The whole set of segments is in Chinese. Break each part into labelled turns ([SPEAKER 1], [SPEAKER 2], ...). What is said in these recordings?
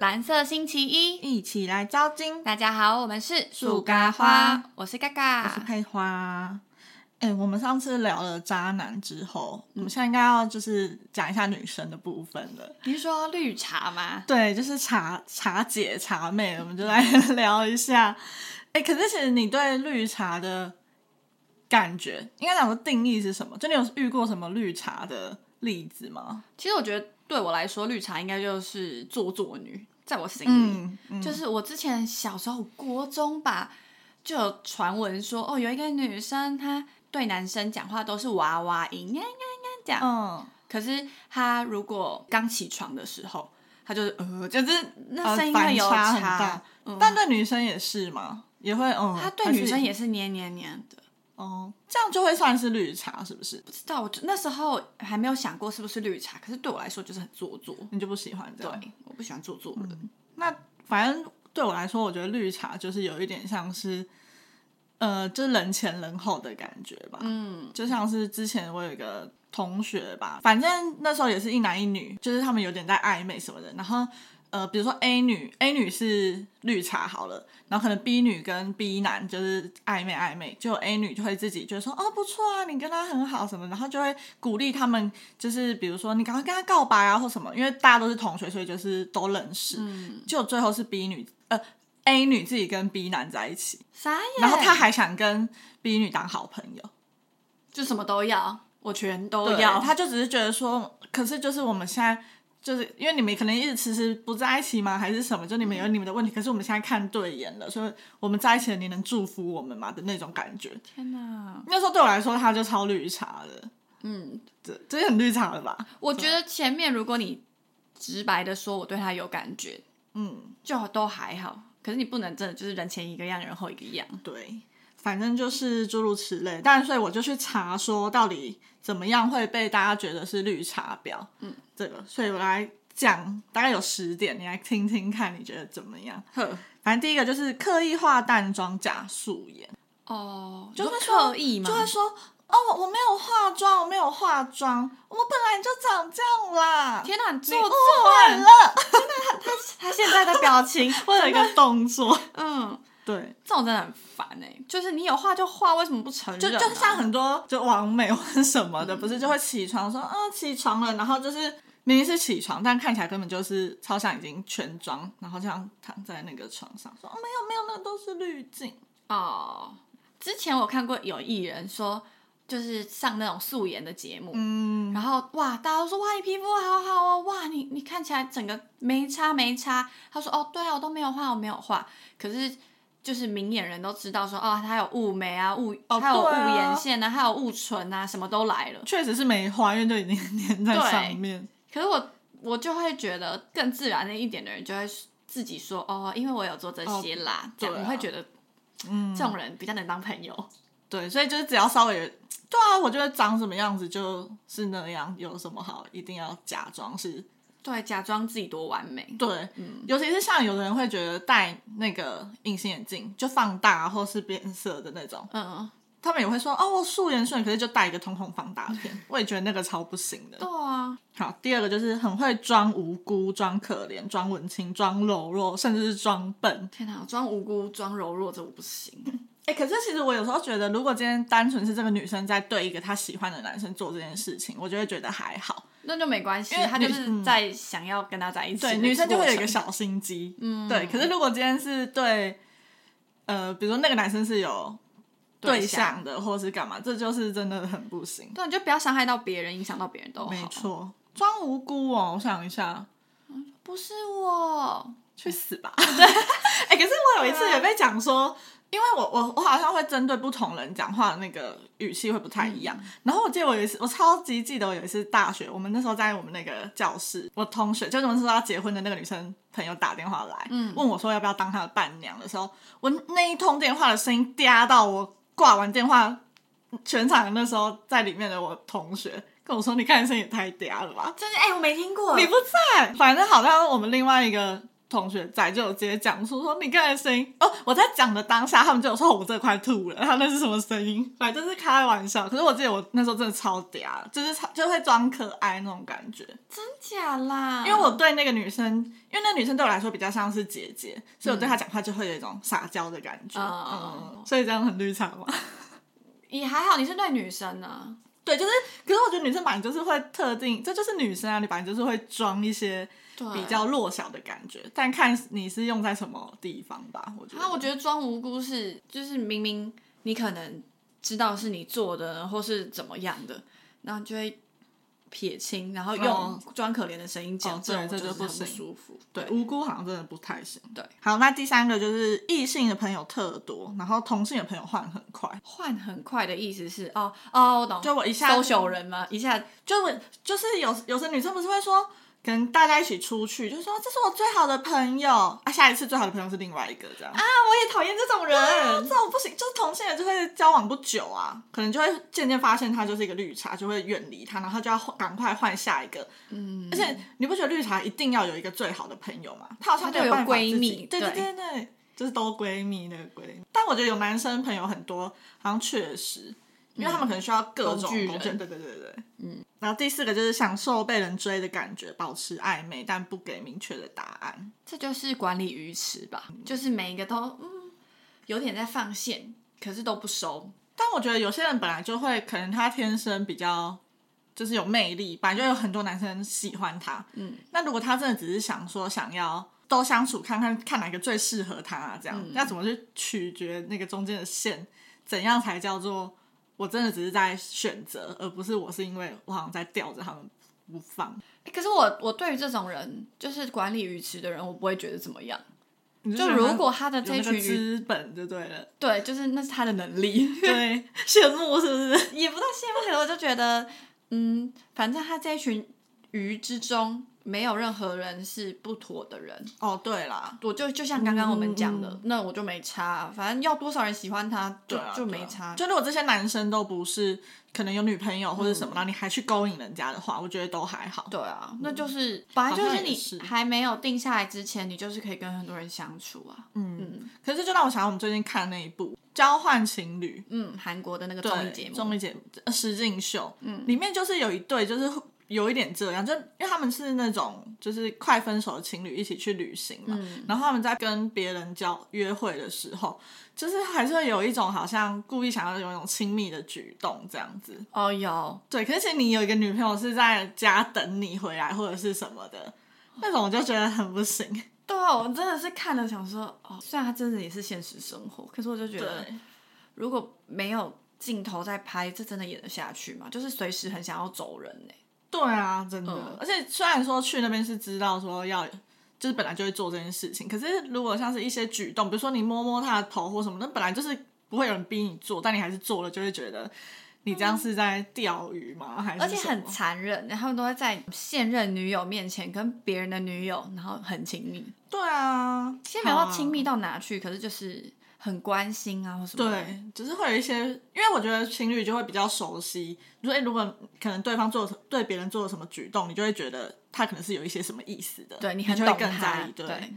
[SPEAKER 1] 蓝色星期一，
[SPEAKER 2] 一起来啊招金。
[SPEAKER 1] 大家好，我们是
[SPEAKER 2] 树咖花，
[SPEAKER 1] 我是嘎
[SPEAKER 2] 我是
[SPEAKER 1] 嘎。
[SPEAKER 2] 佩花。哎、我们上次聊了渣男之后，我们现在应该要就是讲一下女生的部分了。
[SPEAKER 1] 你是说绿茶吗？
[SPEAKER 2] 对，就是茶茶姐茶妹，我们就来聊一下。哎、可是其实你对绿茶的感觉，应该讲说定义是什么？就你有遇过什么绿茶的例子吗？
[SPEAKER 1] 其实我觉得对我来说，绿茶应该就是做作女，在我心里，
[SPEAKER 2] 嗯，嗯
[SPEAKER 1] 就是我之前小时候国中吧，就有传闻说，哦，有一个女生她对男生讲话都是娃娃音，呀呀呀这样。
[SPEAKER 2] 嗯，
[SPEAKER 1] 可是她如果刚起床的时候，她就是呃，就是那
[SPEAKER 2] 呃
[SPEAKER 1] 声音
[SPEAKER 2] 反
[SPEAKER 1] 会有
[SPEAKER 2] 差很大。
[SPEAKER 1] 嗯，
[SPEAKER 2] 但对女生也是嘛，也会嗯，
[SPEAKER 1] 她对
[SPEAKER 2] 还是
[SPEAKER 1] 女生也是黏黏黏的。
[SPEAKER 2] 哦，这样就会算是绿茶，是不是？
[SPEAKER 1] 不知道，啊我就那时候还没有想过是不是绿茶，可是对我来说就是很做作。
[SPEAKER 2] 你就不喜欢这样？
[SPEAKER 1] 对，我不喜欢做作的。
[SPEAKER 2] 那反正对我来说，我觉得绿茶就是有一点像是，呃，就是人前人后的感觉吧。
[SPEAKER 1] 嗯，
[SPEAKER 2] 就像是之前我有一个同学吧，反正那时候也是一男一女，就是他们有点在暧昧什么的。然后呃，比如说 A 女，A 女是绿茶好了，然后可能 B 女跟 B 男就是暧昧暧昧，就 A 女就会自己觉得说哦不错啊，你跟他很好什么，然后就会鼓励他们，就是比如说你赶快跟他告白啊或什么，因为大家都是同学，所以就是都认识。
[SPEAKER 1] 嗯，
[SPEAKER 2] 就最后是 B 女呃 A 女自己跟 B 男在一起，
[SPEAKER 1] 啥呀？
[SPEAKER 2] 然后她还想跟 B 女当好朋友。
[SPEAKER 1] 就什么都要，我全都
[SPEAKER 2] 对，
[SPEAKER 1] 要。
[SPEAKER 2] 他就只是觉得说，可是就是我们现在。就是因为你们可能一直迟迟不在一起吗？还是什么？就你们有你们的问题，可是我们现在看对眼了，所以我们在一起了，你能祝福我们吗的那种感觉。
[SPEAKER 1] 天哪，
[SPEAKER 2] 那时候对我来说，他就超绿茶的，
[SPEAKER 1] 嗯，
[SPEAKER 2] 这这是很绿茶的吧？
[SPEAKER 1] 我觉得前面如果你直白的说我对他有感觉，
[SPEAKER 2] 嗯，
[SPEAKER 1] 就都还好。可是你不能真的就是人前一个样，人后一个样。
[SPEAKER 2] 对，反正就是诸如此类。但所以我就去查说，到底怎么样会被大家觉得是绿茶婊？嗯，这个，所以我来讲，大概有十点，你来听听看，你觉得怎么样？
[SPEAKER 1] 呵，
[SPEAKER 2] 反正第一个就是刻意化淡妆假素颜，
[SPEAKER 1] 哦，
[SPEAKER 2] 就
[SPEAKER 1] 你
[SPEAKER 2] 会
[SPEAKER 1] 说
[SPEAKER 2] 说
[SPEAKER 1] 刻意吗
[SPEAKER 2] 就？会说哦，我我没有化妆，我没有化妆，我本来就长这样啦。
[SPEAKER 1] 天哪，你做
[SPEAKER 2] 你
[SPEAKER 1] 作
[SPEAKER 2] 误会
[SPEAKER 1] 欸
[SPEAKER 2] 了！，
[SPEAKER 1] 他现在的表 情，
[SPEAKER 2] 我有一个动作，
[SPEAKER 1] 嗯，
[SPEAKER 2] 对，
[SPEAKER 1] 这种真的很烦哎、就是你有话就话，为什么不承
[SPEAKER 2] 就
[SPEAKER 1] 认、啊？
[SPEAKER 2] 就像很多就网美或什么的，不是就会起床说啊、起床了，然后就是明明是起床，但看起来根本就是超像已经全妆，然后这样躺在那个床上说、哦、没有没有，那都是滤镜。
[SPEAKER 1] 哦，之前我看过有艺人说，就是上那种素颜的节目，
[SPEAKER 2] 嗯，
[SPEAKER 1] 然后哇，大家都说哇你皮肤好好哦，哇你你看起来整个没差没差。他说哦对啊，我都没有画，我没有画。可是就是明眼人都知道说哦，他有雾眉啊，雾
[SPEAKER 2] 哦
[SPEAKER 1] 他有
[SPEAKER 2] 对啊
[SPEAKER 1] 雾眼线啊，他有雾唇啊，什么都来了。
[SPEAKER 2] 确实是没化，因为就已经 粘在
[SPEAKER 1] 对
[SPEAKER 2] 上面。
[SPEAKER 1] 可是我我就会觉得更自然的一点的人就会自己说哦，因为我有做这些啦，这样
[SPEAKER 2] 对啊
[SPEAKER 1] 我会觉得
[SPEAKER 2] 嗯，
[SPEAKER 1] 这种人比较能当朋友。
[SPEAKER 2] 对，所以就是只要稍微有，对啊，我觉得长什么样子就是那样，有什么好一定要假装是
[SPEAKER 1] 对，假装自己多完美。
[SPEAKER 2] 对，
[SPEAKER 1] 嗯
[SPEAKER 2] 尤其是像有的人会觉得戴那个隐形眼镜就放大或是变色的那种，
[SPEAKER 1] 嗯，
[SPEAKER 2] 他们也会说哦，我素颜顺，可是就戴一个瞳孔放大片， 我也觉得那个超不行的
[SPEAKER 1] 对。啊，
[SPEAKER 2] 好，第二个就是很会装无辜、装可怜、装文青、装柔弱，甚至是装笨。
[SPEAKER 1] 天哪，装无辜、装柔弱，这我不行。
[SPEAKER 2] 哎、可是其实我有时候觉得，如果今天单纯是这个女生在对一个她喜欢的男生做这件事情，我就会觉得还好。
[SPEAKER 1] 那就没关系，
[SPEAKER 2] 因为
[SPEAKER 1] 他就
[SPEAKER 2] 女嗯
[SPEAKER 1] 是在想要跟他在一起的
[SPEAKER 2] 对，
[SPEAKER 1] 过程。
[SPEAKER 2] 女生就会有一个小心机。
[SPEAKER 1] 嗯，
[SPEAKER 2] 对，可是如果今天是对，呃，比如说那个男生是有对
[SPEAKER 1] 对象
[SPEAKER 2] 象的，或是干嘛，这就是真的很不行。
[SPEAKER 1] 对，你就不要伤害到别人，影响到别人哦都好。
[SPEAKER 2] 没，错，装无辜哦，我想一下，
[SPEAKER 1] 不是我，
[SPEAKER 2] 去死吧！对，哎、可是我有一次也被讲说，因为我我我好像会针对不同人讲话的那个语气会不太一样。然后我记得我有一次，我超级记得我有一次大学，我们那时候在我们那个教室，我同学就是我们说要结婚的那个女生朋友打电话来，
[SPEAKER 1] 嗯
[SPEAKER 2] 问我说要不要当她的伴娘的时候，我那一通电话的声音嗲到我挂完电话，全场那时候在里面的我同学跟我说：“你看你声音也太嗲了吧。”
[SPEAKER 1] 真的哎，我没听过
[SPEAKER 2] 你不在，反正好像我们另外一个同学在，就有直接讲出说你刚才声音哦，我在讲的当下，他们就有说我这快吐了，他那是什么声音？反正就是开玩笑。可是我记得我那时候真的超嗲，就是超就会装可爱那种感觉。
[SPEAKER 1] 真假啦？
[SPEAKER 2] 因为我对那个女生，因为那女生对我来说比较像是姐姐，所以我对她讲话就会有一种撒娇的感觉。
[SPEAKER 1] 嗯
[SPEAKER 2] 嗯，嗯所以这样很绿茶嘛。
[SPEAKER 1] 也还好，你是对女生呢、
[SPEAKER 2] 对，就是，可是我觉得女生版就是会特定，这就是女生啊，你版就是会装一些
[SPEAKER 1] 对，
[SPEAKER 2] 比较弱小的感觉，但看你是用在什么地方吧。我觉得，
[SPEAKER 1] 啊，我觉得装无辜是，就是明明你可能知道是你做的，或是怎么样的，然后就会撇清，然后用
[SPEAKER 2] 哦
[SPEAKER 1] 装可怜的声音讲，
[SPEAKER 2] 哦对
[SPEAKER 1] 种
[SPEAKER 2] 这
[SPEAKER 1] 就
[SPEAKER 2] 就是不
[SPEAKER 1] 很不
[SPEAKER 2] 行嗯
[SPEAKER 1] 舒服。
[SPEAKER 2] 对，无辜好像真的不太行。
[SPEAKER 1] 对，
[SPEAKER 2] 好，那第三个就是异性的朋友特多，然后同性的朋友换很快。
[SPEAKER 1] 换很快的意思是，哦哦，我懂，
[SPEAKER 2] 就我一下
[SPEAKER 1] 搜朽人嘛，一下啊
[SPEAKER 2] 就我就是有有些女生不是会说，跟大家一起出去，就说这是我最好的朋友啊，下一次最好的朋友是另外一个这样。
[SPEAKER 1] 啊，我也讨厌这种
[SPEAKER 2] 啊
[SPEAKER 1] 人
[SPEAKER 2] 这。种不行，就是同性人就会交往不久啊，可能就会渐渐发现他就是一个绿茶，就会远离他，然后就要换赶快换下一个。
[SPEAKER 1] 嗯，
[SPEAKER 2] 而且你不觉得绿茶一定要有一个最好的朋友吗？她好像
[SPEAKER 1] 她就
[SPEAKER 2] 没
[SPEAKER 1] 有
[SPEAKER 2] 办法自己
[SPEAKER 1] 闺蜜
[SPEAKER 2] 对对
[SPEAKER 1] 对
[SPEAKER 2] 对对，就是都闺蜜那个闺蜜。但我觉得有男生朋友很多，好像确实，因为他们可能需要各种
[SPEAKER 1] 嗯工具人
[SPEAKER 2] 工具对对对对，嗯。然后第四个就是享受被人追的感觉，保持暧昧但不给明确的答案。
[SPEAKER 1] 这就是管理鱼池吧，就是每一个都嗯有点在放线，可是都不收。
[SPEAKER 2] 但我觉得有些人本来就会，可能他天生比较就是有魅力，本来就有很多男生喜欢他。
[SPEAKER 1] 嗯，
[SPEAKER 2] 那如果他真的只是想说想要都相处看看，看哪个最适合他、啊这
[SPEAKER 1] 嗯
[SPEAKER 2] 样、要怎么去取决那个中间的线，怎样才叫做我真的只是在选择，而不是我是因为我好像在吊着他们不放。
[SPEAKER 1] 欸可是我我对于这种人，就是管理鱼池的人，我不会觉得怎么样。
[SPEAKER 2] 你
[SPEAKER 1] 就
[SPEAKER 2] 觉得
[SPEAKER 1] 如
[SPEAKER 2] 他
[SPEAKER 1] 果他的
[SPEAKER 2] 有
[SPEAKER 1] 这
[SPEAKER 2] 那
[SPEAKER 1] 一群
[SPEAKER 2] 个
[SPEAKER 1] 鱼，
[SPEAKER 2] 资本就对 了，
[SPEAKER 1] 对，就是那是他的能力，
[SPEAKER 2] 对，羡慕是不是？
[SPEAKER 1] 也不到羡慕，可能我就觉得，嗯，反正他这一群鱼之中，没有任何人是不妥的人。
[SPEAKER 2] 哦，对啦，
[SPEAKER 1] 我就就像刚刚我们讲的，
[SPEAKER 2] 嗯
[SPEAKER 1] 那我就没差，啊反正要多少人喜欢他，就、
[SPEAKER 2] 对啊
[SPEAKER 1] 就
[SPEAKER 2] 对
[SPEAKER 1] 没
[SPEAKER 2] 啊
[SPEAKER 1] 差。
[SPEAKER 2] 就如果这些男生都不是可能有女朋友或者什么，然后你还去勾引人家的话，我觉得都还好。
[SPEAKER 1] 嗯对啊，那就是本来就
[SPEAKER 2] 好像
[SPEAKER 1] 是
[SPEAKER 2] 也
[SPEAKER 1] 你
[SPEAKER 2] 是
[SPEAKER 1] 还没有定下来之前，你就是可以跟很多人相处啊。
[SPEAKER 2] 嗯，可是这就让我想到我们最近看那一部《交换情侣》
[SPEAKER 1] 嗯，韩国的那个
[SPEAKER 2] 对
[SPEAKER 1] 综艺节目，
[SPEAKER 2] 综艺节目呃实境秀，嗯，里面就是有一对就是有一点这样，就因为他们是那种就是快分手的情侣一起去旅行嘛，
[SPEAKER 1] 嗯
[SPEAKER 2] 然后他们在跟别人交约会的时候，就是还是会有一种好像故意想要有一种亲密的举动这样子。
[SPEAKER 1] 哦有，
[SPEAKER 2] 对，可是其实你有一个女朋友是在家等你回来或者是什么的，那种我就觉得很不行。
[SPEAKER 1] 对啊，我真的是看了想说，哦，虽然它真的也是现实生活，可是我就觉
[SPEAKER 2] 对，
[SPEAKER 1] 得如果没有镜头在拍，这真的演得下去吗？就是随时很想要走人欸呢、
[SPEAKER 2] 对啊，真的。
[SPEAKER 1] 嗯
[SPEAKER 2] 而且虽然说去那边是知道说要，就是本来就会做这件事情，可是如果像是一些举动，比如说你摸摸他的头或什么，那本来就是不会有人逼你做，但你还是做了，就会觉得你这样是在钓鱼吗？还是
[SPEAKER 1] 而且
[SPEAKER 2] 什
[SPEAKER 1] 很
[SPEAKER 2] 么
[SPEAKER 1] 残忍，欸然后他们都会在现任女友面前跟别人的女友，然后很亲密，
[SPEAKER 2] 对啊，
[SPEAKER 1] 先没有到
[SPEAKER 2] 好啊
[SPEAKER 1] 亲密到哪去，可是就是很关心啊或什么的。
[SPEAKER 2] 对，就是会有一些，因为我觉得情侣就会比较熟悉，所以如果可能对方做对别人做了什么举动，你就会觉得他可能是有一些什么意思的，
[SPEAKER 1] 对你
[SPEAKER 2] 你
[SPEAKER 1] 很
[SPEAKER 2] 就
[SPEAKER 1] 懂
[SPEAKER 2] 会更
[SPEAKER 1] 他
[SPEAKER 2] 在意。，对，
[SPEAKER 1] 对，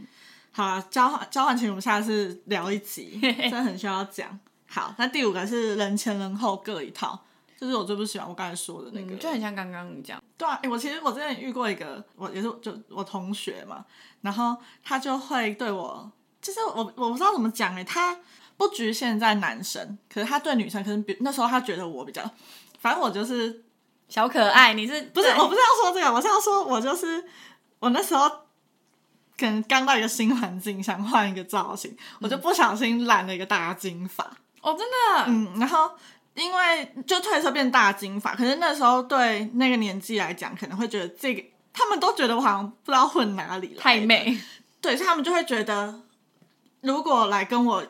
[SPEAKER 2] 好啊，交换交换情侣，我们下次聊一 集，真的很需要讲。好，那第五个是人前人后各一套，就是我最不喜欢我刚才说的那个，
[SPEAKER 1] 嗯，就很像刚刚你讲，
[SPEAKER 2] 对啊，诶我其实我之前遇过一个，我也是就我同学嘛，然后他就会对我，就是我我不知道怎么讲哎、他不局限在男生，可是他对女生，可能比那时候他觉得我比较，反正我就是
[SPEAKER 1] 小可爱，你是
[SPEAKER 2] 不是
[SPEAKER 1] 对
[SPEAKER 2] 我不是要说这个，我是要说我就是我那时候可能刚到一个新环境，想换一个造型，我就不小心染了一个大金发，
[SPEAKER 1] 哦，真的，
[SPEAKER 2] 嗯，然后因为就褪色变大金发，可是那时候对那个年纪来讲，可能会觉得这个，他们都觉得我好像不知道混哪里来的
[SPEAKER 1] 太，美，
[SPEAKER 2] 对，所以他们就会觉得，如果来跟我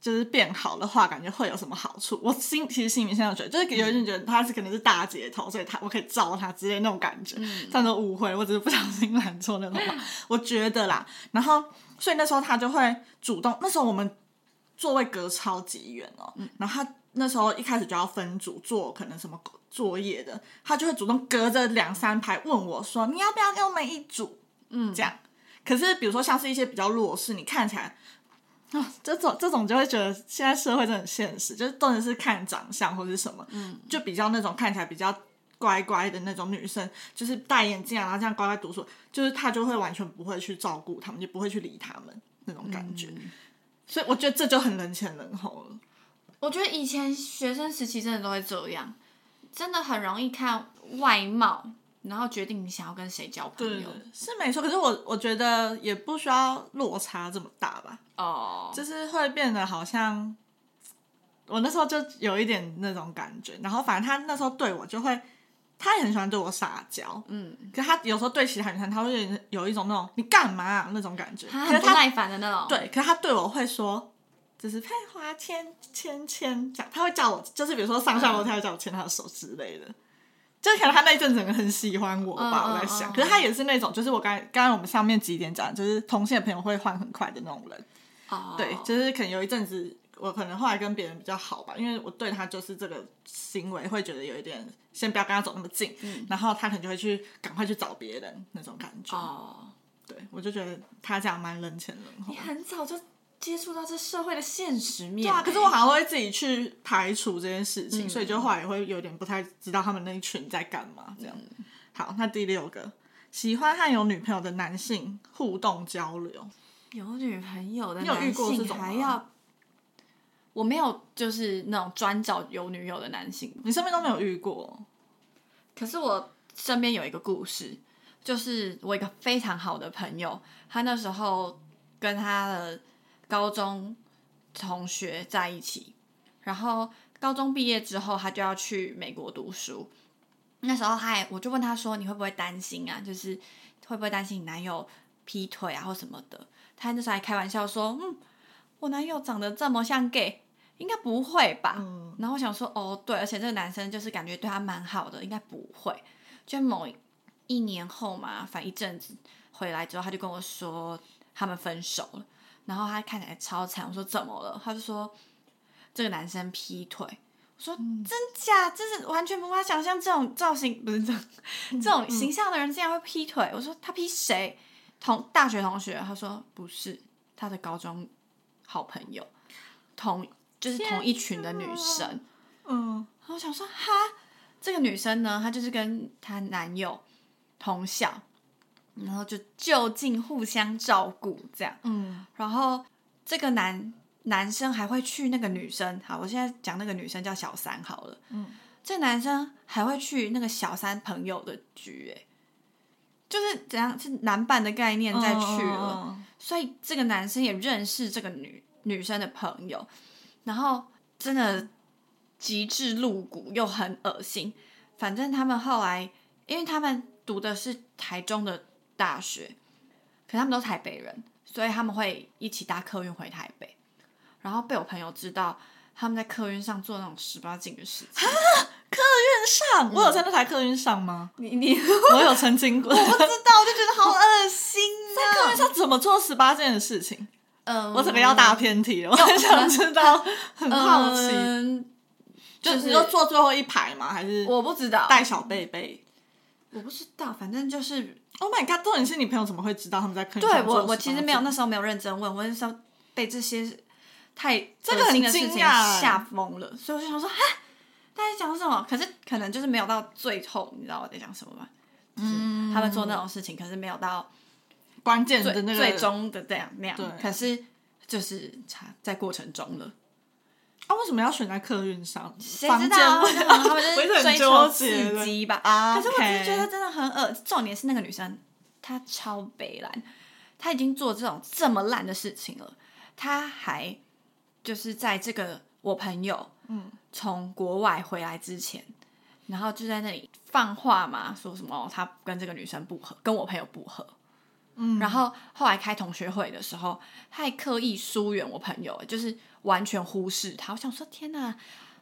[SPEAKER 2] 就是变好的话，感觉会有什么好处？我心其实心里面现在有觉得，就是有一点觉得他是可能是大姐头，所以他我可以罩他之类那种感觉，算是误会，我只是不小心染错那种嘛，我觉得啦。然后，所以那时候他就会主动，那时候我们座位隔超级远哦，然后他那时候一开始就要分组做可能什么作业的，他就会主动隔着两三排问我说：“你要不要跟我们一组？”嗯，这样。可是比如说像是一些比较弱势，你看起来。啊、这种这种就会觉得现在社会真的很现实，就是重点是看长相或者什么，嗯，就比较那种看起来比较乖乖的那种女生，就是戴眼镜啊，然后这样乖乖读书，就是她就会完全不会去照顾他们，就不会去理他们那种感觉。所以我觉得这就很人前人后了。
[SPEAKER 1] 我觉得以前学生时期真的都会这样，真的很容易看外貌，然后决定你想要跟谁交朋友。
[SPEAKER 2] 是没错。可是我我觉得也不需要落差这么大吧，
[SPEAKER 1] 哦，
[SPEAKER 2] 就是会变得好像我那时候就有一点那种感觉。然后反正他那时候对我就会，他也很喜欢对我撒娇，
[SPEAKER 1] 嗯，
[SPEAKER 2] 可是他有时候对其他女生，他会有一有一种那种你干嘛、啊、那种感觉。
[SPEAKER 1] 他
[SPEAKER 2] 可
[SPEAKER 1] 很
[SPEAKER 2] 是
[SPEAKER 1] 不
[SPEAKER 2] 他
[SPEAKER 1] 耐烦的那种。，
[SPEAKER 2] 对，可是他对我会说，就是佩华牵牵牵，这样他会叫我，就是比如说上下楼，他会叫我牵他的手之类的。就可能他那一阵子可能很喜欢我吧，
[SPEAKER 1] 嗯嗯
[SPEAKER 2] 我在想。
[SPEAKER 1] 嗯
[SPEAKER 2] 可是他也是那种，就是我刚才刚刚我们上面几点讲，就是同性的朋友会换很快的那种人。
[SPEAKER 1] 哦，
[SPEAKER 2] 对，就是可能有一阵子，我可能后来跟别人比较好吧，因为我对他就是这个行为会觉得有一点，先不要跟他走那么近，
[SPEAKER 1] 嗯
[SPEAKER 2] 然后他可能就会去赶快去找别人那种感觉。
[SPEAKER 1] 哦，
[SPEAKER 2] 对，我就觉得他这样蛮人前人后
[SPEAKER 1] 你。很早就接触到这社会的现实面。欸
[SPEAKER 2] 对啊，可是我好像会自己去排除这件事情，
[SPEAKER 1] 嗯
[SPEAKER 2] 所以就后来也会有点不太知道他们那一群在干嘛这样。
[SPEAKER 1] 嗯
[SPEAKER 2] 好，那第六个，喜欢和有女朋友的男性互动交流，
[SPEAKER 1] 有女朋友的
[SPEAKER 2] 你有遇
[SPEAKER 1] 男
[SPEAKER 2] 过这
[SPEAKER 1] 性
[SPEAKER 2] 种吗
[SPEAKER 1] 还要，我没有就是那种专找有女友的男性，
[SPEAKER 2] 你身边都没有遇过？
[SPEAKER 1] 可是我身边有一个故事，就是我一个非常好的朋友，他那时候跟他的高中同学在一起，然后高中毕业之后，他就要去美国读书。那时候他还，我就问他说：“你会不会担心啊？就是会不会担心你男友劈腿啊或什么的？”他那时候还开玩笑说：“嗯，我男友长得这么像 gay，应该不会吧？”
[SPEAKER 2] 嗯，
[SPEAKER 1] 然后我想说，哦，对，而且这个男生就是感觉对他蛮好的，应该不会。就某一年后嘛，反正一阵子回来之后，他就跟我说他们分手了。然后他看起来超惨，我说怎么了？他就说这个男生劈腿。我说真假，真是完全无法想象这种造型不是这种 这种形象的人竟然会劈腿。我说他劈谁？同大学同学？他说不是，他的高中好朋友，同就是同一群的女生。
[SPEAKER 2] 嗯，
[SPEAKER 1] 然后我想说，哈，这个女生呢，她就是跟她男友同校，然后就就近互相照顾这样。
[SPEAKER 2] 嗯，
[SPEAKER 1] 然后这个男男生还会去那个女生，好，我现在讲那个女生叫小三好了。
[SPEAKER 2] 嗯，
[SPEAKER 1] 这男生还会去那个小三朋友的局、欸，就是怎样是男伴的概念再去了。
[SPEAKER 2] 嗯。嗯嗯嗯
[SPEAKER 1] 所以这个男生也认识这个女女生的朋友，然后真的极致露骨又很恶心。反正他们后来，因为他们读的是台中的大学，可他们都台北人，所以他们会一起搭客运回台北。然后被我朋友知道他们在客运上做那种十八禁的事情，
[SPEAKER 2] 上，我有在那台客运上吗？
[SPEAKER 1] 你 你不知
[SPEAKER 2] 嗯 我有曾经过。在
[SPEAKER 1] 道，我就觉得好恶心
[SPEAKER 2] 客
[SPEAKER 1] 啊！
[SPEAKER 2] 运上怎么做十八件的事情？
[SPEAKER 1] 嗯，
[SPEAKER 2] 我整个要嗯大偏题了，我很想知道，很好奇。
[SPEAKER 1] 嗯
[SPEAKER 2] 就
[SPEAKER 1] 就是
[SPEAKER 2] 你就坐最后一排吗？还是
[SPEAKER 1] 我不知道，
[SPEAKER 2] 带小贝贝
[SPEAKER 1] 我不知道，反正就是
[SPEAKER 2] ？Oh my god！重点是你朋友怎么会知道他们在客运
[SPEAKER 1] 对
[SPEAKER 2] 上做
[SPEAKER 1] 我
[SPEAKER 2] 18
[SPEAKER 1] 我其实没有
[SPEAKER 2] 件
[SPEAKER 1] 那时候没有认真问，我那时候被这些太
[SPEAKER 2] 这个
[SPEAKER 1] 恶心
[SPEAKER 2] 很
[SPEAKER 1] 的事
[SPEAKER 2] 惊
[SPEAKER 1] 情
[SPEAKER 2] 讶
[SPEAKER 1] 吓疯了，所以我就想说哈，大家讲什么？可是可能就是没有到最后，你知道我在讲什么吗？就是他们做那种事情，可是没有到
[SPEAKER 2] 关键
[SPEAKER 1] 嗯最、
[SPEAKER 2] 的那个
[SPEAKER 1] 最终的这样那样
[SPEAKER 2] 对，
[SPEAKER 1] 可是就是差在过程中了。
[SPEAKER 2] 啊，为什么要选在客运上？
[SPEAKER 1] 谁
[SPEAKER 2] 谁
[SPEAKER 1] 知道啊？我就想他 们就是追求刺激吧。
[SPEAKER 2] 啊！
[SPEAKER 1] 可是我只是觉得
[SPEAKER 2] OK，
[SPEAKER 1] 真的很恶，重点是那个女生她超北蓝，她已经做这种这么烂的事情了，她还就是在这个我朋友
[SPEAKER 2] 嗯
[SPEAKER 1] 从国外回来之前，然后就在那里放话嘛，说什么、哦、她跟这个女生不合，跟我朋友不合。
[SPEAKER 2] 嗯
[SPEAKER 1] 然后后来开同学会的时候，她还刻意疏远我朋友，就是完全忽视她。我想说，天哪，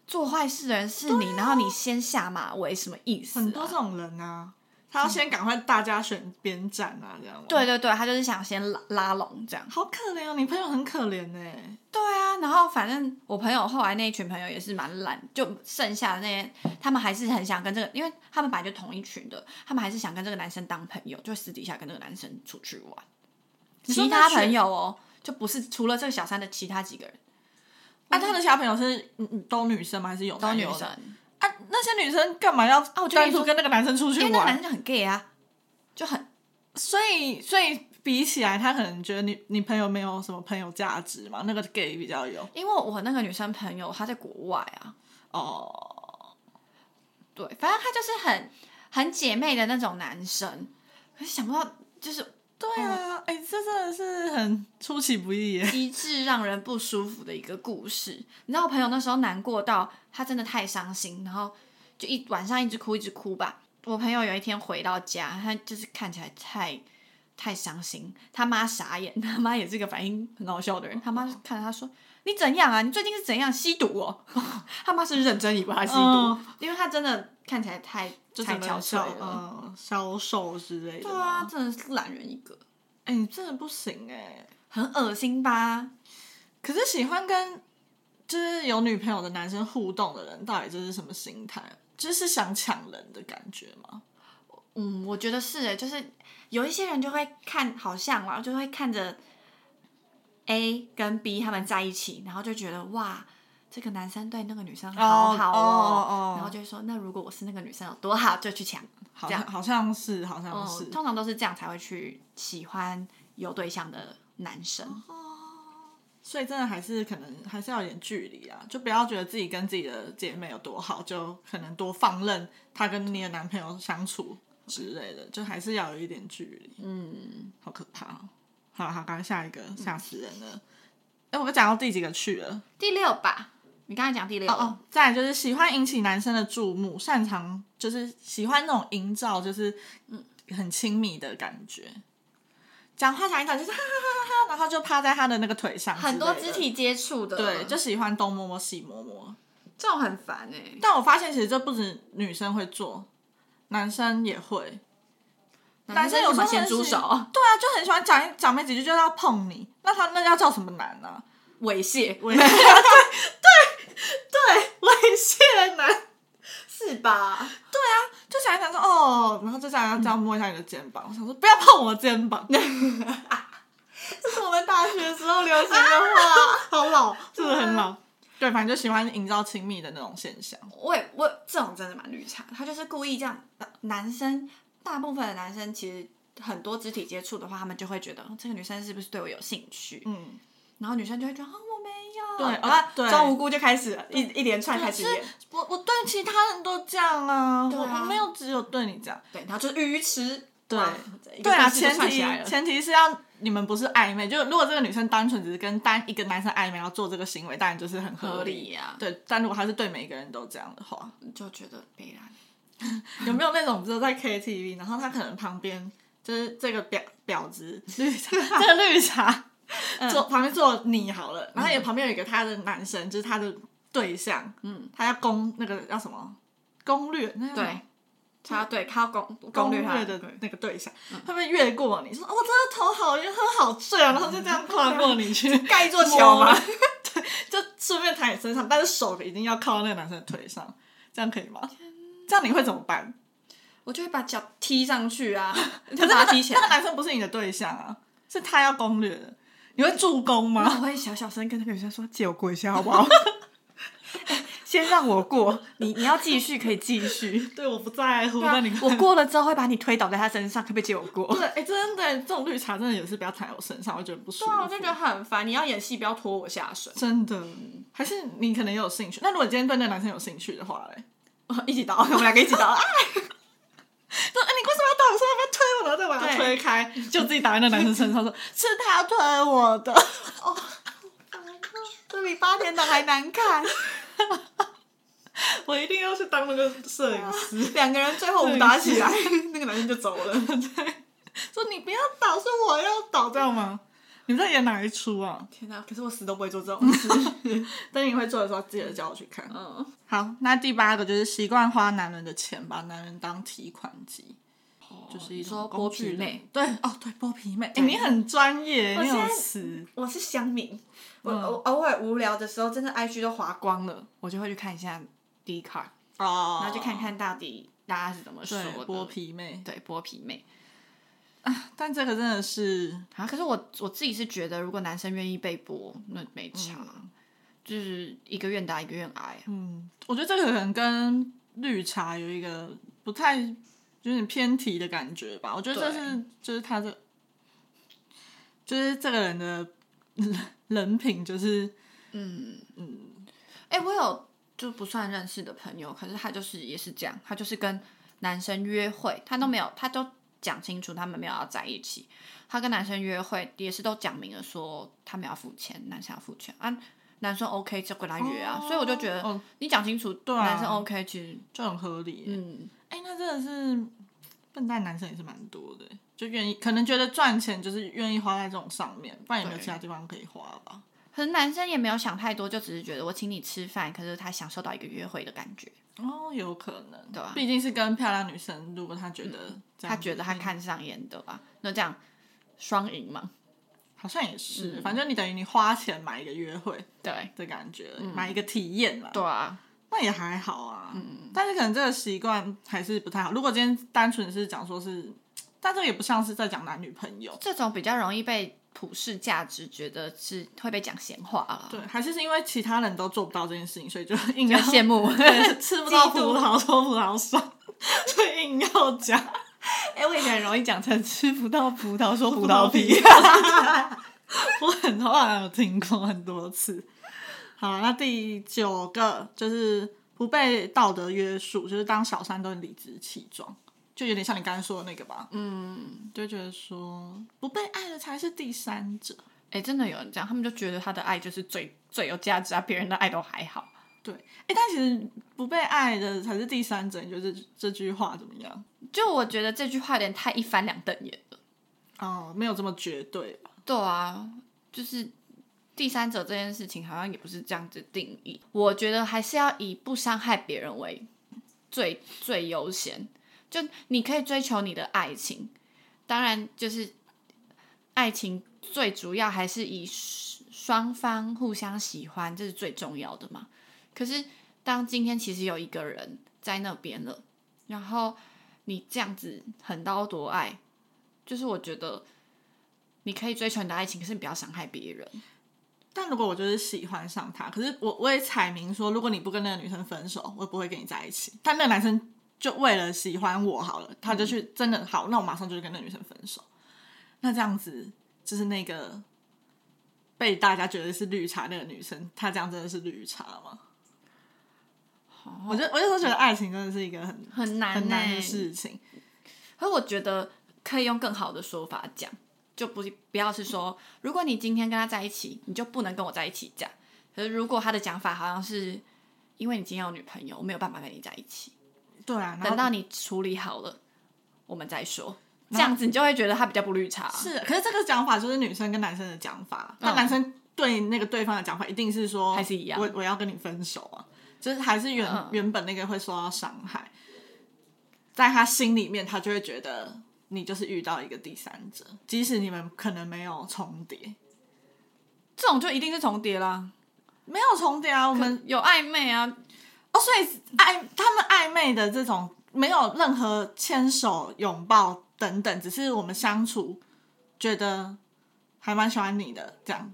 [SPEAKER 1] 做坏事的人是你，然后你先下马威，什么意思、啊？
[SPEAKER 2] 啊很多这种人啊，他要先赶快大家选边站啊，这样吗？
[SPEAKER 1] 对，对对，他就是想先拉拉拢这样。
[SPEAKER 2] 好可怜哦，你朋友很可怜欸呢。
[SPEAKER 1] 对啊，然后反正我朋友后来那一群朋友也是蛮懒，就剩下的那些，他们还是很想跟这个，因为他们本来就同一群的，他们还是想跟这个男生当朋友，就私底下跟这个男生出去玩。其
[SPEAKER 2] 那
[SPEAKER 1] 他
[SPEAKER 2] 学
[SPEAKER 1] 朋友哦，就不是除了这个小三的其他几个人
[SPEAKER 2] 啊，他的其他朋友是嗯嗯都女生吗？还是有
[SPEAKER 1] 都
[SPEAKER 2] 男
[SPEAKER 1] 女
[SPEAKER 2] 有
[SPEAKER 1] 生
[SPEAKER 2] 的，啊？那些女生干嘛要
[SPEAKER 1] 啊我就跟
[SPEAKER 2] 单
[SPEAKER 1] 你
[SPEAKER 2] 独
[SPEAKER 1] 说
[SPEAKER 2] 跟那个男生出去
[SPEAKER 1] 因为那个男
[SPEAKER 2] 玩？
[SPEAKER 1] 生就很 gay 啊，就很
[SPEAKER 2] 所以，所以比起来，他可能觉得你你朋友没有什么朋友价值嘛，那个 gay 比较有
[SPEAKER 1] 因为我那个女生朋友她在国外啊，
[SPEAKER 2] 哦。
[SPEAKER 1] 对，反正他就是很很姐妹的那种男生，可是想不到就是
[SPEAKER 2] 对啊，哎、这真的是很出其不意 耶。
[SPEAKER 1] 机智让人不舒服的一个故事。你知道我朋友那时候难过到他真的太伤心，然后就一晚上一直哭一直哭吧。我朋友有一天回到家，他就是看起来太太伤心，他妈傻眼，他妈也是个反应很好笑的人，他妈就看着他说。你怎样啊？你最近是怎样吸毒哦？他妈是认真以为他吸毒，
[SPEAKER 2] 嗯
[SPEAKER 1] 因为他真的看起来太
[SPEAKER 2] 就
[SPEAKER 1] 太
[SPEAKER 2] 整
[SPEAKER 1] 憔
[SPEAKER 2] 个
[SPEAKER 1] 悴
[SPEAKER 2] 销
[SPEAKER 1] 了。
[SPEAKER 2] 嗯销售之类的
[SPEAKER 1] 对啊，
[SPEAKER 2] 嘛。
[SPEAKER 1] 真的是懒人一个，
[SPEAKER 2] 哎、你真的不行哎。
[SPEAKER 1] 很恶心吧？
[SPEAKER 2] 可是喜欢跟就是有女朋友的男生互动的人，到底这是什么心态？就是想抢人的感觉吗？
[SPEAKER 1] 嗯，我觉得是诶，就是有一些人就会看，好像啊，就会看着 A 跟 B 他们在一起，然后就觉得哇，这个男生对那个女生好好
[SPEAKER 2] 哦哦哦
[SPEAKER 1] 然后就会说，那如果我是那个女生有多好，就去抢。
[SPEAKER 2] 好
[SPEAKER 1] 这样
[SPEAKER 2] 像好像是，好像哦是。
[SPEAKER 1] 嗯，通常都是这样才会去喜欢有对象的男生。
[SPEAKER 2] 哦所以真的还是可能还是要有点距离啊，就不要觉得自己跟自己的姐妹有多好，就可能多放任她跟你的男朋友相处之类的，就还是要有一点距离。
[SPEAKER 1] 嗯，
[SPEAKER 2] 好可怕、哦！好好，刚刚下一个吓死人了。哎、我们讲到第几个去了？
[SPEAKER 1] 第六吧，你刚才讲第六
[SPEAKER 2] 哦哦，再来就是喜欢引起男生的注目，擅长就是喜欢那种营造就是很亲密的感觉，讲话讲一讲就是哈哈哈哈哈，然后就趴在他的那个腿上，
[SPEAKER 1] 很多肢。体接触的，
[SPEAKER 2] 对，就喜欢东摸摸西摸摸。
[SPEAKER 1] 这种很烦哎、
[SPEAKER 2] 但我发现其实这不止女生会做，男生也会。男生有时候
[SPEAKER 1] 咸
[SPEAKER 2] 很
[SPEAKER 1] 猪
[SPEAKER 2] 喜
[SPEAKER 1] 手，
[SPEAKER 2] 对啊，就很喜欢讲一讲没几句就要碰你，那他那要叫什么男呢、啊？
[SPEAKER 1] 猥亵，
[SPEAKER 2] 猥亵，对对对，猥亵男。
[SPEAKER 1] 是吧？
[SPEAKER 2] 就想一想说哦，然后就想要这样摸一下你的肩膀，我想说不要碰我肩 膀，
[SPEAKER 1] 这是我们大学时候流行的话。
[SPEAKER 2] 好老，是不是很
[SPEAKER 1] 啊
[SPEAKER 2] 老？对，反正就喜欢营造亲密的那种现象。
[SPEAKER 1] 我也我这种真的蛮绿茶，他就是故意这样。呃男生大部分的男生其实很多肢体接触的话，他们就会觉得哦这个女生是不是对我有兴趣，
[SPEAKER 2] 嗯，
[SPEAKER 1] 然后女生就会觉得哦我没有，
[SPEAKER 2] 对
[SPEAKER 1] 然后
[SPEAKER 2] 对
[SPEAKER 1] 装无辜就开始了一一连串开
[SPEAKER 2] 可
[SPEAKER 1] 始
[SPEAKER 2] 是
[SPEAKER 1] 演，
[SPEAKER 2] 我我对其他人都这样啊，
[SPEAKER 1] 对
[SPEAKER 2] 我
[SPEAKER 1] 啊
[SPEAKER 2] 我没有只有对你这样。
[SPEAKER 1] 对，然后就是鱼池，
[SPEAKER 2] 对
[SPEAKER 1] 哇一个
[SPEAKER 2] 对啊，
[SPEAKER 1] 故事就
[SPEAKER 2] 前
[SPEAKER 1] 串起来
[SPEAKER 2] 提
[SPEAKER 1] 了
[SPEAKER 2] 前提是要你们不是暧昧，就如果这个女生单纯只是跟单一个男生暧昧，要做这个行为，当然就是很合
[SPEAKER 1] 合
[SPEAKER 2] 理。
[SPEAKER 1] 理呀、
[SPEAKER 2] 对，但如果他是对每一个人都这样的 话，
[SPEAKER 1] 就觉得悲然。
[SPEAKER 2] 有没有那种就是在 KTV，然后他可能旁边就是这个婊婊 子绿茶，这个绿茶
[SPEAKER 1] 嗯
[SPEAKER 2] 坐旁边坐你好了，然后也旁边有一个他的男生，就是他的对象，
[SPEAKER 1] 嗯，
[SPEAKER 2] 他要攻那个叫什么攻略，那叫什么
[SPEAKER 1] 对，他对他要攻
[SPEAKER 2] 攻
[SPEAKER 1] 攻略他
[SPEAKER 2] 略的那个对象，嗯会不会越过你？说哦，我真的头好晕，喝好醉啊，然后就这样跨过你 去
[SPEAKER 1] 盖一座桥
[SPEAKER 2] 摸
[SPEAKER 1] 嘛
[SPEAKER 2] 了，就顺便躺你身上，但是手已经要靠到那个男生的腿上，这样可以吗？这样你会怎么办？
[SPEAKER 1] 我就会把脚踢上去 啊，可
[SPEAKER 2] 可是那
[SPEAKER 1] 把它
[SPEAKER 2] 个
[SPEAKER 1] 踢起
[SPEAKER 2] 那个
[SPEAKER 1] 来。
[SPEAKER 2] 男生不是你的对象啊，是他要攻略的，你会助攻
[SPEAKER 1] 然
[SPEAKER 2] 吗？
[SPEAKER 1] 哦后我会小小声跟那个女生说：“借我过一下好不好？先让我过， 你你要继续可以继续。
[SPEAKER 2] 对，我不在乎，
[SPEAKER 1] 对啊
[SPEAKER 2] 那你，
[SPEAKER 1] 我过了之后会把你推倒在他身上，可不可以借我过
[SPEAKER 2] 对，？”哎、真的，这种绿茶真的也是不要踩我身上，我觉得不舒服。
[SPEAKER 1] 对啊，我就觉得很烦。你要演戏，不要拖我下水，
[SPEAKER 2] 真的，还是你可能也有兴趣。那如果你今天对那个男生有兴趣的话嘞，
[SPEAKER 1] 一起倒，我们两个一起倒。啊
[SPEAKER 2] 说哎、你为什么要打我？说要不要推我？然后再把他推
[SPEAKER 1] 对
[SPEAKER 2] 开，就自己打在那男生身上说， 是他推我的。
[SPEAKER 1] 这比八点档还难 看。
[SPEAKER 2] 我一定要去当那个摄影师，
[SPEAKER 1] 两个人最后武打起来，那个男生就走了。
[SPEAKER 2] 说你不要倒，是我要倒，这样吗？你们在演哪一出啊？
[SPEAKER 1] 天哪！可是我死都不会做这 种事。
[SPEAKER 2] 等你会做的时候，记得叫我去看。
[SPEAKER 1] 嗯，
[SPEAKER 2] 好，那第八个就是习惯花男人的钱，把男人当提款机，就是一
[SPEAKER 1] 你说
[SPEAKER 2] 种
[SPEAKER 1] 剥
[SPEAKER 2] 工
[SPEAKER 1] 皮
[SPEAKER 2] 具
[SPEAKER 1] 妹
[SPEAKER 2] 人。对，哦，对，剥皮妹，哎、
[SPEAKER 1] 对
[SPEAKER 2] 你很专业，
[SPEAKER 1] 我
[SPEAKER 2] 你
[SPEAKER 1] 现
[SPEAKER 2] 有
[SPEAKER 1] 在
[SPEAKER 2] 词。
[SPEAKER 1] 我是乡民，我
[SPEAKER 2] 嗯
[SPEAKER 1] 我偶尔无聊的时候，真的 IG 都划光了，我就会去看一下 D 卡，
[SPEAKER 2] 哦
[SPEAKER 1] 然后就看看到底大家是怎么说
[SPEAKER 2] 对
[SPEAKER 1] 的。
[SPEAKER 2] 剥皮妹。
[SPEAKER 1] 对剥皮妹，
[SPEAKER 2] 但这个真的是，
[SPEAKER 1] 啊，可是我我自己是觉得，如果男生愿意被剥，那没差，就是一个愿打一个愿挨。啊
[SPEAKER 2] 嗯，我觉得这个可能跟绿茶有一个不太有点偏题的感觉吧。我觉得这是就是他这，就是这个人的人 品就是
[SPEAKER 1] 哎、我有就不算认识的朋友，可是他就是也是这样，他就是跟男生约会，他都没有，他都讲清楚他们没有要在一起。他跟男生约会也是都讲明了说他们要付钱，男生要付钱啊，男生 OK 就跟他约啊。所以我就觉得、
[SPEAKER 2] 哦
[SPEAKER 1] 你讲清楚，
[SPEAKER 2] 啊
[SPEAKER 1] 男生 OK 其实
[SPEAKER 2] 就很合理耶。
[SPEAKER 1] 嗯，
[SPEAKER 2] 哎、那真的是笨蛋男生也是蛮多的耶，就愿意可能觉得赚钱就是愿意花在这种上面，不然也没有
[SPEAKER 1] 对
[SPEAKER 2] 其他地方可以花吧。
[SPEAKER 1] 可是男生也没有想太多，就只是觉得我请你吃饭，可是他享受到一个约会的感觉。
[SPEAKER 2] 哦，有可能，
[SPEAKER 1] 对啊
[SPEAKER 2] 毕竟是跟漂亮女生，如果他觉得这样子、
[SPEAKER 1] 他觉得他看上眼的吧，那这样双赢嘛？
[SPEAKER 2] 好像也是，反正你等于你花钱买一个约会
[SPEAKER 1] 嗯对，嗯
[SPEAKER 2] 的感觉，买一个体验啦，
[SPEAKER 1] 对嗯啊，
[SPEAKER 2] 那也还好啊。但是可能这个习惯还是不太好。如果今天单纯是讲说是，但这个也不像是在讲男女朋友，
[SPEAKER 1] 这种比较容易被普世价值觉得是会被讲闲话了，
[SPEAKER 2] 对，还是是因为其他人都做不到这件事情，所以就硬
[SPEAKER 1] 就
[SPEAKER 2] 要
[SPEAKER 1] 羡慕。
[SPEAKER 2] 对吃不到
[SPEAKER 1] 嫉
[SPEAKER 2] 葡
[SPEAKER 1] 妒
[SPEAKER 2] 萄说葡萄酸， 所以硬要讲。
[SPEAKER 1] 哎、我以前很容易讲成吃不到葡萄说葡
[SPEAKER 2] 我很多好像有听过很多次。好，那第九个就是不被道德约束，就是当小三都理直气壮，就有点像你刚才说的那个 吧。 嗯，就觉得说不被爱的才是第三者。
[SPEAKER 1] 哎、真的有人这样，他们就觉得他的爱就是最最有价值啊，别人的爱都还好。
[SPEAKER 2] 对，哎、但其实不被爱的才是第三者，你觉得这这句话怎么样？
[SPEAKER 1] 就我觉得这句话有点太一翻两瞪眼了。
[SPEAKER 2] 哦，没有这么绝对吧？
[SPEAKER 1] 对啊，就是第三者这件事情好像也不是这样子定义。我觉得还是要以不伤害别人为最最优先。就你可以追求你的爱情，当然就是爱情最主要还是以双双方互相喜欢，这是最重要的嘛。可是当今天其实有一个人在那边了，然后你这样子横刀夺爱，就是我觉得你可以追求你的爱情，可是你不要伤害别人。
[SPEAKER 2] 但如果我就是喜欢上他，可是我我也阐明说，如果你不跟那个女生分手，我也不会跟你在一起。但那个男生就为了喜欢我好了，他就去
[SPEAKER 1] 嗯
[SPEAKER 2] 真的好，那我马上就去跟那个女生分手。那这样子就是那个被大家觉得是绿茶那个女生，她这样真的是绿茶吗？我就我就说觉得爱情真的是一个很
[SPEAKER 1] 很难、欸、
[SPEAKER 2] 很难的事情。
[SPEAKER 1] 可是我觉得可以用更好的说法讲，就不不要是说，如果你今天跟他在一起，你就不能跟我在一起讲。可是如果他的讲法好像是，因为你今天有女朋友，我没有办法跟你在一起，
[SPEAKER 2] 对啊，然
[SPEAKER 1] 等
[SPEAKER 2] 后
[SPEAKER 1] 到你处理好了，我们再说。这样子你就会觉得他比较不绿茶。
[SPEAKER 2] 是，可是这个讲法就是女生跟男生的讲法，那、男生对那个对方的讲法一定是说
[SPEAKER 1] 嗯还是一样
[SPEAKER 2] 我我要跟你分手啊，就是还是原、
[SPEAKER 1] 嗯
[SPEAKER 2] 原本那个会受到伤害，在他心里面，他就会觉得你就是遇到一个第三者，即使你们可能没有重叠，
[SPEAKER 1] 这种就一定是重叠啦，嗯
[SPEAKER 2] 没有重叠啊，我们
[SPEAKER 1] 有暧昧啊，
[SPEAKER 2] 哦，所以暧他们暧昧的这种没有任何牵手、拥抱等等，只是我们相处觉得还蛮喜欢你的这样。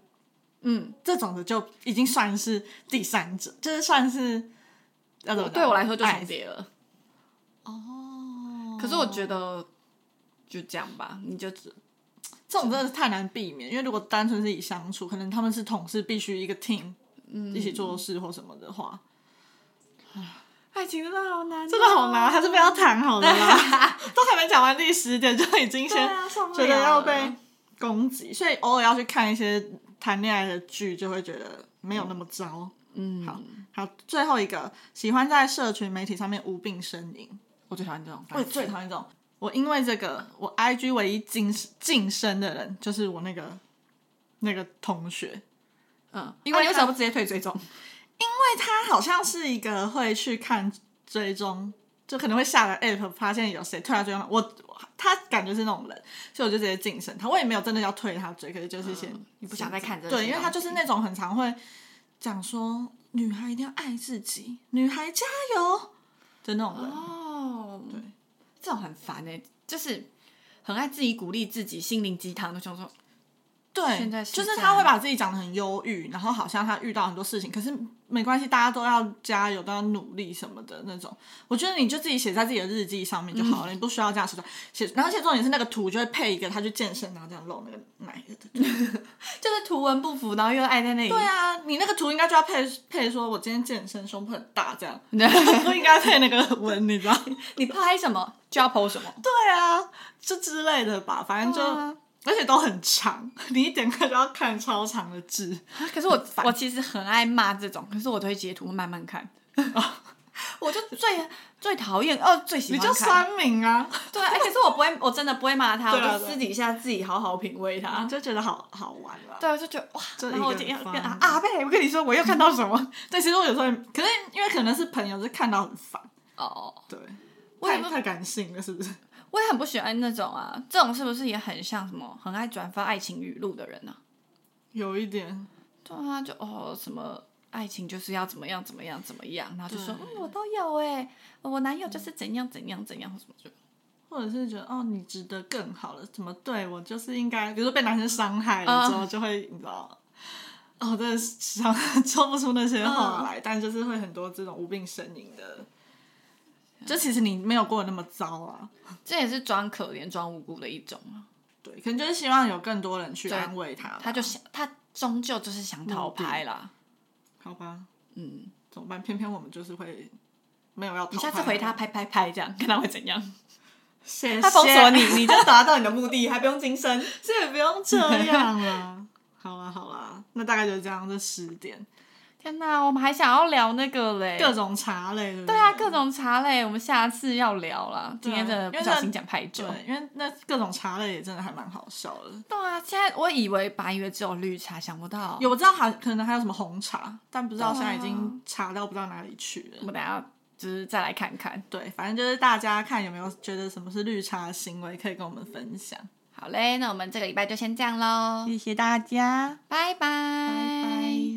[SPEAKER 1] 嗯，
[SPEAKER 2] 这种的就已经算是第三者，就是算是要怎么讲哎
[SPEAKER 1] 对我来说就
[SPEAKER 2] 啊
[SPEAKER 1] 重
[SPEAKER 2] 爱
[SPEAKER 1] 叠了。
[SPEAKER 2] 哦。
[SPEAKER 1] 可是我觉得就这样吧，你就只
[SPEAKER 2] 这种真的是太难避免，因为如果单纯是以相处，可能他们是同事，必须一个 team，一
[SPEAKER 1] 嗯
[SPEAKER 2] 起做事或什么的话，
[SPEAKER 1] 爱情真的好难、哦
[SPEAKER 2] 真的好难， 还是不要谈好了 啦。都还没讲完第十点，就已经
[SPEAKER 1] 对
[SPEAKER 2] 先
[SPEAKER 1] 啊，受不
[SPEAKER 2] 觉得
[SPEAKER 1] 了
[SPEAKER 2] 要
[SPEAKER 1] 了
[SPEAKER 2] 被攻击，所以偶尔要去看一些谈恋爱的剧，就会觉得没有那么糟。
[SPEAKER 1] 嗯
[SPEAKER 2] 好，好，最后一个喜欢在社群媒体上面无病呻吟，
[SPEAKER 1] 我最讨厌这种。
[SPEAKER 2] 我也最讨厌这种。我因为这个，我 IG 唯一晋晋升的人就是我那个那个同学，因
[SPEAKER 1] 嗯，因为
[SPEAKER 2] 啊你为
[SPEAKER 1] 你为什
[SPEAKER 2] 什
[SPEAKER 1] 么
[SPEAKER 2] 么
[SPEAKER 1] 不直接退追踪？
[SPEAKER 2] 嗯为他好像是一个会去看追踪，就可能会下了 app 发现有谁退他追踪，我他感觉是那种人，所以我就直接晋升他。我也没有真的要退他追，可是就是先、
[SPEAKER 1] 嗯你不想再看这些
[SPEAKER 2] 对，因为他
[SPEAKER 1] 东
[SPEAKER 2] 就
[SPEAKER 1] 西
[SPEAKER 2] 是那种很常会讲说女孩一定要爱自己，女孩加
[SPEAKER 1] 哦
[SPEAKER 2] 油的那种人。
[SPEAKER 1] 欸哦，对，这种很烦哎、就是很爱自己鼓励自己，心灵鸡汤的想说，现在
[SPEAKER 2] 对，
[SPEAKER 1] 是
[SPEAKER 2] 就是
[SPEAKER 1] 这
[SPEAKER 2] 他会
[SPEAKER 1] 样
[SPEAKER 2] 把自己讲的很忧郁，然后好像他遇到很多事情，可是没关系，大家都要加油，都要努力什么的那种。我觉得你就自己写在自己的日记上面就
[SPEAKER 1] 嗯
[SPEAKER 2] 好了，你不需要这样写出来写。然后而且重点是那个图就会配一个他去健身，然后这样露那个奶的
[SPEAKER 1] 嗯
[SPEAKER 2] 图。
[SPEAKER 1] 就是图文不符，然后又爱在那里。
[SPEAKER 2] 对啊，你那个图应该就要配配说，我今天健身，胸部很大这样， 不应该配那个文，你知道？
[SPEAKER 1] 你拍什么就要 PO 什么，
[SPEAKER 2] 对啊，就之类的吧，反正就。
[SPEAKER 1] 对啊
[SPEAKER 2] 而且都很长，你一点开就要看超长的字。
[SPEAKER 1] 啊可是我我其实很爱骂这种，可是我都会截图慢慢看。 我就最最讨厌哦，最喜
[SPEAKER 2] 你
[SPEAKER 1] 欢
[SPEAKER 2] 就
[SPEAKER 1] 看
[SPEAKER 2] 酸民啊，
[SPEAKER 1] 对，哎、可是我不会，我真的不会骂他，我
[SPEAKER 2] 对啊
[SPEAKER 1] 就私底下自己好好品味他。
[SPEAKER 2] 就觉得好好玩啦。
[SPEAKER 1] 对，我就觉得哇，
[SPEAKER 2] 这
[SPEAKER 1] 然后我
[SPEAKER 2] 一个
[SPEAKER 1] 今天
[SPEAKER 2] 很
[SPEAKER 1] 跟啊
[SPEAKER 2] 棒
[SPEAKER 1] 阿贝，我跟你说，我又看到什么？
[SPEAKER 2] 对，其实我有时候也，可是因为可能是朋友，是看到很烦。
[SPEAKER 1] 哦，
[SPEAKER 2] 对，
[SPEAKER 1] 我也
[SPEAKER 2] 太
[SPEAKER 1] 不
[SPEAKER 2] 太感性了，是 不是？
[SPEAKER 1] 我也很不喜欢那种啊，这种是不是也很像什么很爱转发爱情语录的人啊呢、
[SPEAKER 2] 有一点，
[SPEAKER 1] 对啊，就哦什么爱情就是要怎么样怎么样怎么样，然后就说
[SPEAKER 2] 对
[SPEAKER 1] 嗯我都有哎、我男友就是怎样怎样怎样或什么就
[SPEAKER 2] 或者是觉得哦，你值得更好了，怎么对我就是应该，比如说被男生伤害了之后，就会、你知道。哦，真的是想 说不出那些话来但就是会很多这种无病呻吟的。就其实你没有过得那么糟啊，
[SPEAKER 1] 这也是装可怜装无辜的一种啊。
[SPEAKER 2] 对，可能就是希望有更多人去
[SPEAKER 1] 对
[SPEAKER 2] 安慰他吧。
[SPEAKER 1] 他就想他终究就是想逃拍啦。
[SPEAKER 2] 好吧，
[SPEAKER 1] 嗯，
[SPEAKER 2] 怎么办？偏偏我们就是会没有要
[SPEAKER 1] 你
[SPEAKER 2] 讨
[SPEAKER 1] 下次
[SPEAKER 2] 拍
[SPEAKER 1] 回
[SPEAKER 2] 他
[SPEAKER 1] 他拍拍拍这样，看他会怎样。
[SPEAKER 2] 谢谢
[SPEAKER 1] 他封锁你，你就达到你的目的，还不用晋 升。
[SPEAKER 2] 这也不用这样啦。 好啦好啦，那大概就是这样，这十点
[SPEAKER 1] 天哪，我们还想要聊那个嘞，
[SPEAKER 2] 各种茶类，对不对
[SPEAKER 1] 对啊，各种茶类，我们下次要聊啦。
[SPEAKER 2] 对
[SPEAKER 1] 今
[SPEAKER 2] 啊
[SPEAKER 1] 天真的不小心讲太久。
[SPEAKER 2] 对，因为那各种茶类也真的还蛮好笑的。
[SPEAKER 1] 对啊，现在我以为白月只有绿茶，想不到
[SPEAKER 2] 有我知道还可能还有什么红茶，但不知道
[SPEAKER 1] 对
[SPEAKER 2] 现
[SPEAKER 1] 啊
[SPEAKER 2] 在已经茶到不知道哪里去
[SPEAKER 1] 我
[SPEAKER 2] 了。
[SPEAKER 1] 们等一下就是再来看看。
[SPEAKER 2] 对，反正就是大家看有没有觉得什么是绿茶的行为，可以跟我们分享。
[SPEAKER 1] 哦好嘞，那我们这个礼拜就先这样喽，
[SPEAKER 2] 谢谢大家，
[SPEAKER 1] 嗯拜拜。
[SPEAKER 2] 拜拜。